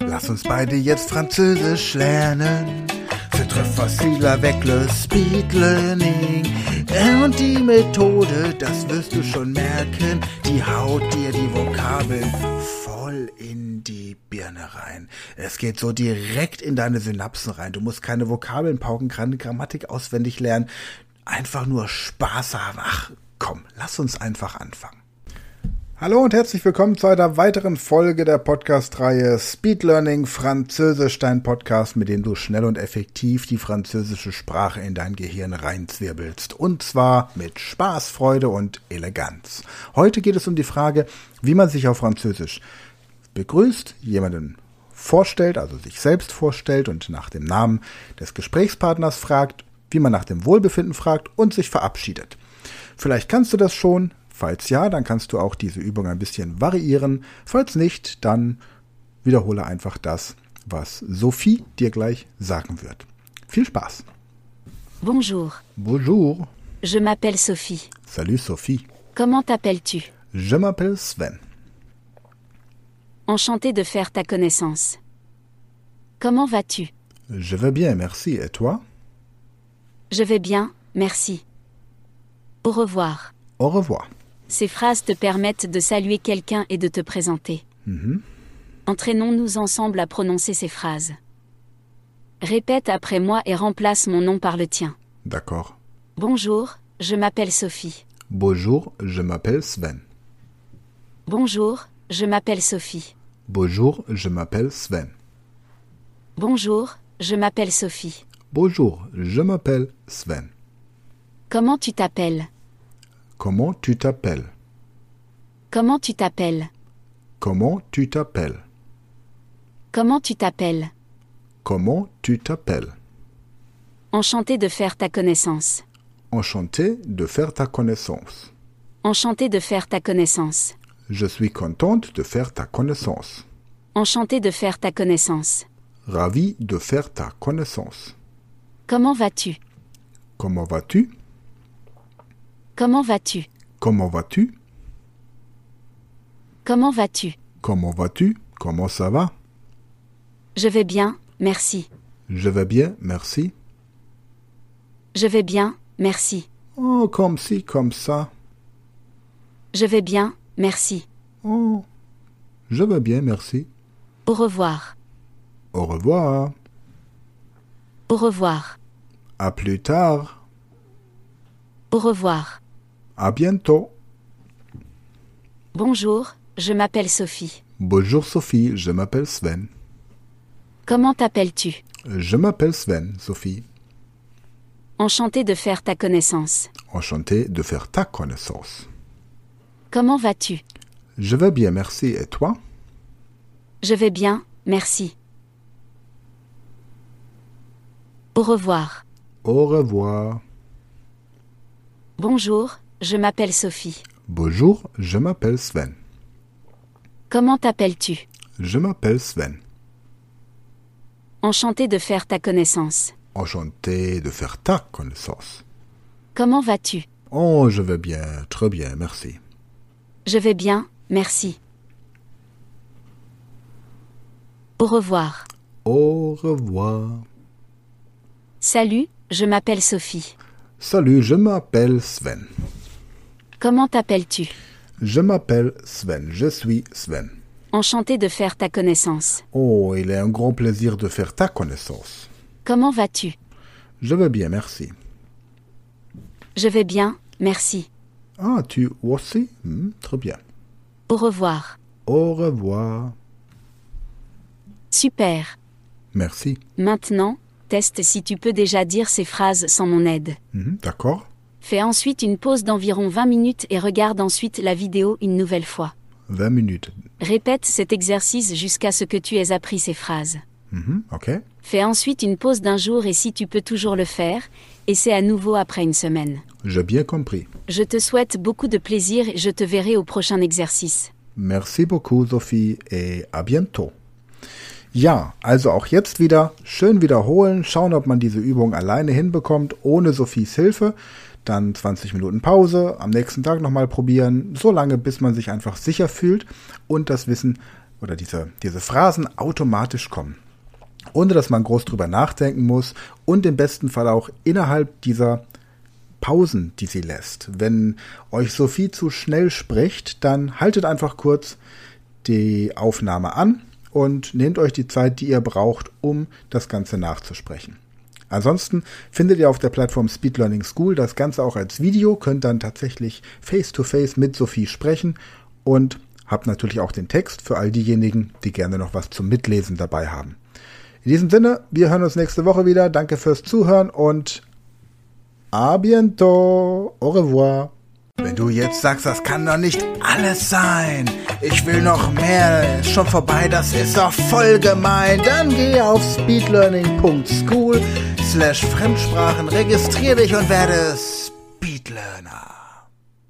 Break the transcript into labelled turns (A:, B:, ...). A: lass uns beide jetzt Französisch lernen. Für Treffossiler weg le Speed Learning. Und die Methode, das wirst du schon merken, die haut dir die Vokabeln voll in die Birne rein. Es geht so direkt in deine Synapsen rein. Du musst keine Vokabeln pauken, keine Grammatik auswendig lernen. Einfach nur Spaß haben. Ach, komm, lass uns einfach anfangen. Hallo und herzlich willkommen zu einer weiteren Folge der Podcast-Reihe Speed Learning Französisch, dein Podcast, mit dem du schnell und effektiv die französische Sprache in dein Gehirn reinzwirbelst. Und zwar mit Spaß, Freude und Eleganz. Heute geht es um die Frage, wie man sich auf Französisch begrüßt, jemanden vorstellt, also sich selbst vorstellt und nach dem Namen des Gesprächspartners fragt, wie man nach dem Wohlbefinden fragt und sich verabschiedet. Vielleicht kannst du das schon, Falls ja, dann kannst du auch diese Übung ein bisschen variieren. Falls nicht, dann wiederhole einfach das, was Sophie dir gleich sagen wird. Viel Spaß.
B: Bonjour,
A: Bonjour.
B: je m'appelle Sophie.
A: Salut Sophie.
B: Comment t'appelles-tu
A: Je m'appelle Sven.
B: Enchantée de faire ta connaissance. Comment vas-tu
A: Je vais bien, merci. Et toi
B: Je vais bien, merci. Au revoir.
A: Au revoir.
B: Ces phrases te permettent de saluer quelqu'un et de te présenter. Entraînons-nous ensemble à prononcer ces phrases. Répète après moi et remplace mon nom par le tien.
A: D'accord.
B: Bonjour, je m'appelle Sophie.
A: Bonjour, je m'appelle Sven.
B: Bonjour, je m'appelle Sophie.
A: Bonjour, je m'appelle Sven.
B: Bonjour, je m'appelle Sophie.
A: Bonjour, je m'appelle Sven.
B: Comment tu t'appelles
A: Comment tu t'appelles
B: Comment tu t'appelles
A: Comment tu t'appelles
B: Comment tu t'appelles
A: Comment tu t'appelles
B: Enchanté de faire ta connaissance.
A: Enchanté de faire ta connaissance.
B: Enchanté de faire ta connaissance.
A: Je suis contente de faire ta connaissance.
B: Enchanté de faire ta connaissance.
A: Ravi de faire ta connaissance.
B: Comment vas-tu
A: Comment vas-tu
B: Comment vas-tu
A: Comment vas-tu
B: Comment vas-tu
A: Comment vas-tu Comment ça va
B: Je vais bien, merci.
A: Je vais bien, merci.
B: Je vais bien, merci.
A: Oh, comme si, comme ça.
B: Je vais bien, merci.
A: Oh, je vais bien, merci.
B: Au revoir.
A: Au revoir.
B: Au revoir.
A: À plus tard.
B: Au revoir.
A: À bientôt.
B: Bonjour, je m'appelle Sophie.
A: Bonjour Sophie, je m'appelle Sven.
B: Comment t'appelles-tu
A: Je m'appelle Sven, Sophie.
B: Enchanté de faire ta connaissance.
A: Enchanté de faire ta connaissance.
B: Comment vas-tu
A: Je vais bien, merci. Et toi
B: Je vais bien, merci. Au revoir.
A: Au revoir.
B: Bonjour, je m'appelle Sophie.
A: Bonjour, je m'appelle Sven.
B: Comment t'appelles-tu
A: Je m'appelle Sven.
B: Enchanté de faire ta connaissance.
A: Enchanté de faire ta connaissance.
B: Comment vas-tu
A: Oh, je vais bien, très bien, merci.
B: Je vais bien, merci. Au revoir.
A: Au revoir.
B: Salut, je m'appelle Sophie.
A: Salut, je m'appelle Sven.
B: Comment t'appelles-tu
A: Je m'appelle Sven, je suis Sven.
B: Enchanté de faire ta connaissance.
A: Oh, il est un grand plaisir de faire ta connaissance.
B: Comment vas-tu
A: Je vais bien, merci.
B: Je vais bien, merci.
A: Ah, tu aussi Hmm, Très bien.
B: Au revoir.
A: Au revoir.
B: Super.
A: Merci.
B: Maintenant, teste si tu peux déjà dire ces phrases sans mon aide.
A: Mhm, D'accord
B: Fais ensuite une pause d'environ 20 minutes et regarde ensuite la vidéo une nouvelle fois.
A: 20 minutes.
B: Répète cet exercice jusqu'à ce que tu aies appris ces phrases.
A: Mhm, Ok.
B: Fais ensuite une pause d'un jour et si tu peux toujours le faire, essaie à nouveau après une semaine.
A: J'ai bien compris.
B: Je te souhaite beaucoup de plaisir et je te verrai au prochain exercice.
A: Merci beaucoup, Sophie, et à bientôt. Ja, also auch jetzt wieder schön wiederholen, schauen, ob man diese Übung alleine hinbekommt, ohne Sophies Hilfe. Dann 20 Minuten Pause, am nächsten Tag nochmal probieren, so lange, bis man sich einfach sicher fühlt und das Wissen oder diese, diese Phrasen automatisch kommen. Ohne dass man groß drüber nachdenken muss und im besten Fall auch innerhalb dieser Pausen, die sie lässt. Wenn euch Sophie zu schnell spricht, dann haltet einfach kurz die Aufnahme an und nehmt euch die Zeit, die ihr braucht, um das Ganze nachzusprechen. Ansonsten findet ihr auf der Plattform Speed Learning School das Ganze auch als Video, könnt dann tatsächlich face-to-face -face mit Sophie sprechen und habt natürlich auch den Text für all diejenigen, die gerne noch was zum Mitlesen dabei haben. In diesem Sinne, wir hören uns nächste Woche wieder. Danke fürs Zuhören und a bientôt. Au revoir.
C: Wenn du jetzt sagst, das kann doch nicht alles sein. Ich will noch mehr, ist schon vorbei, das ist doch voll gemein. Dann geh auf speedlearning.school slash Fremdsprachen, registrier dich und werde Speedlearner.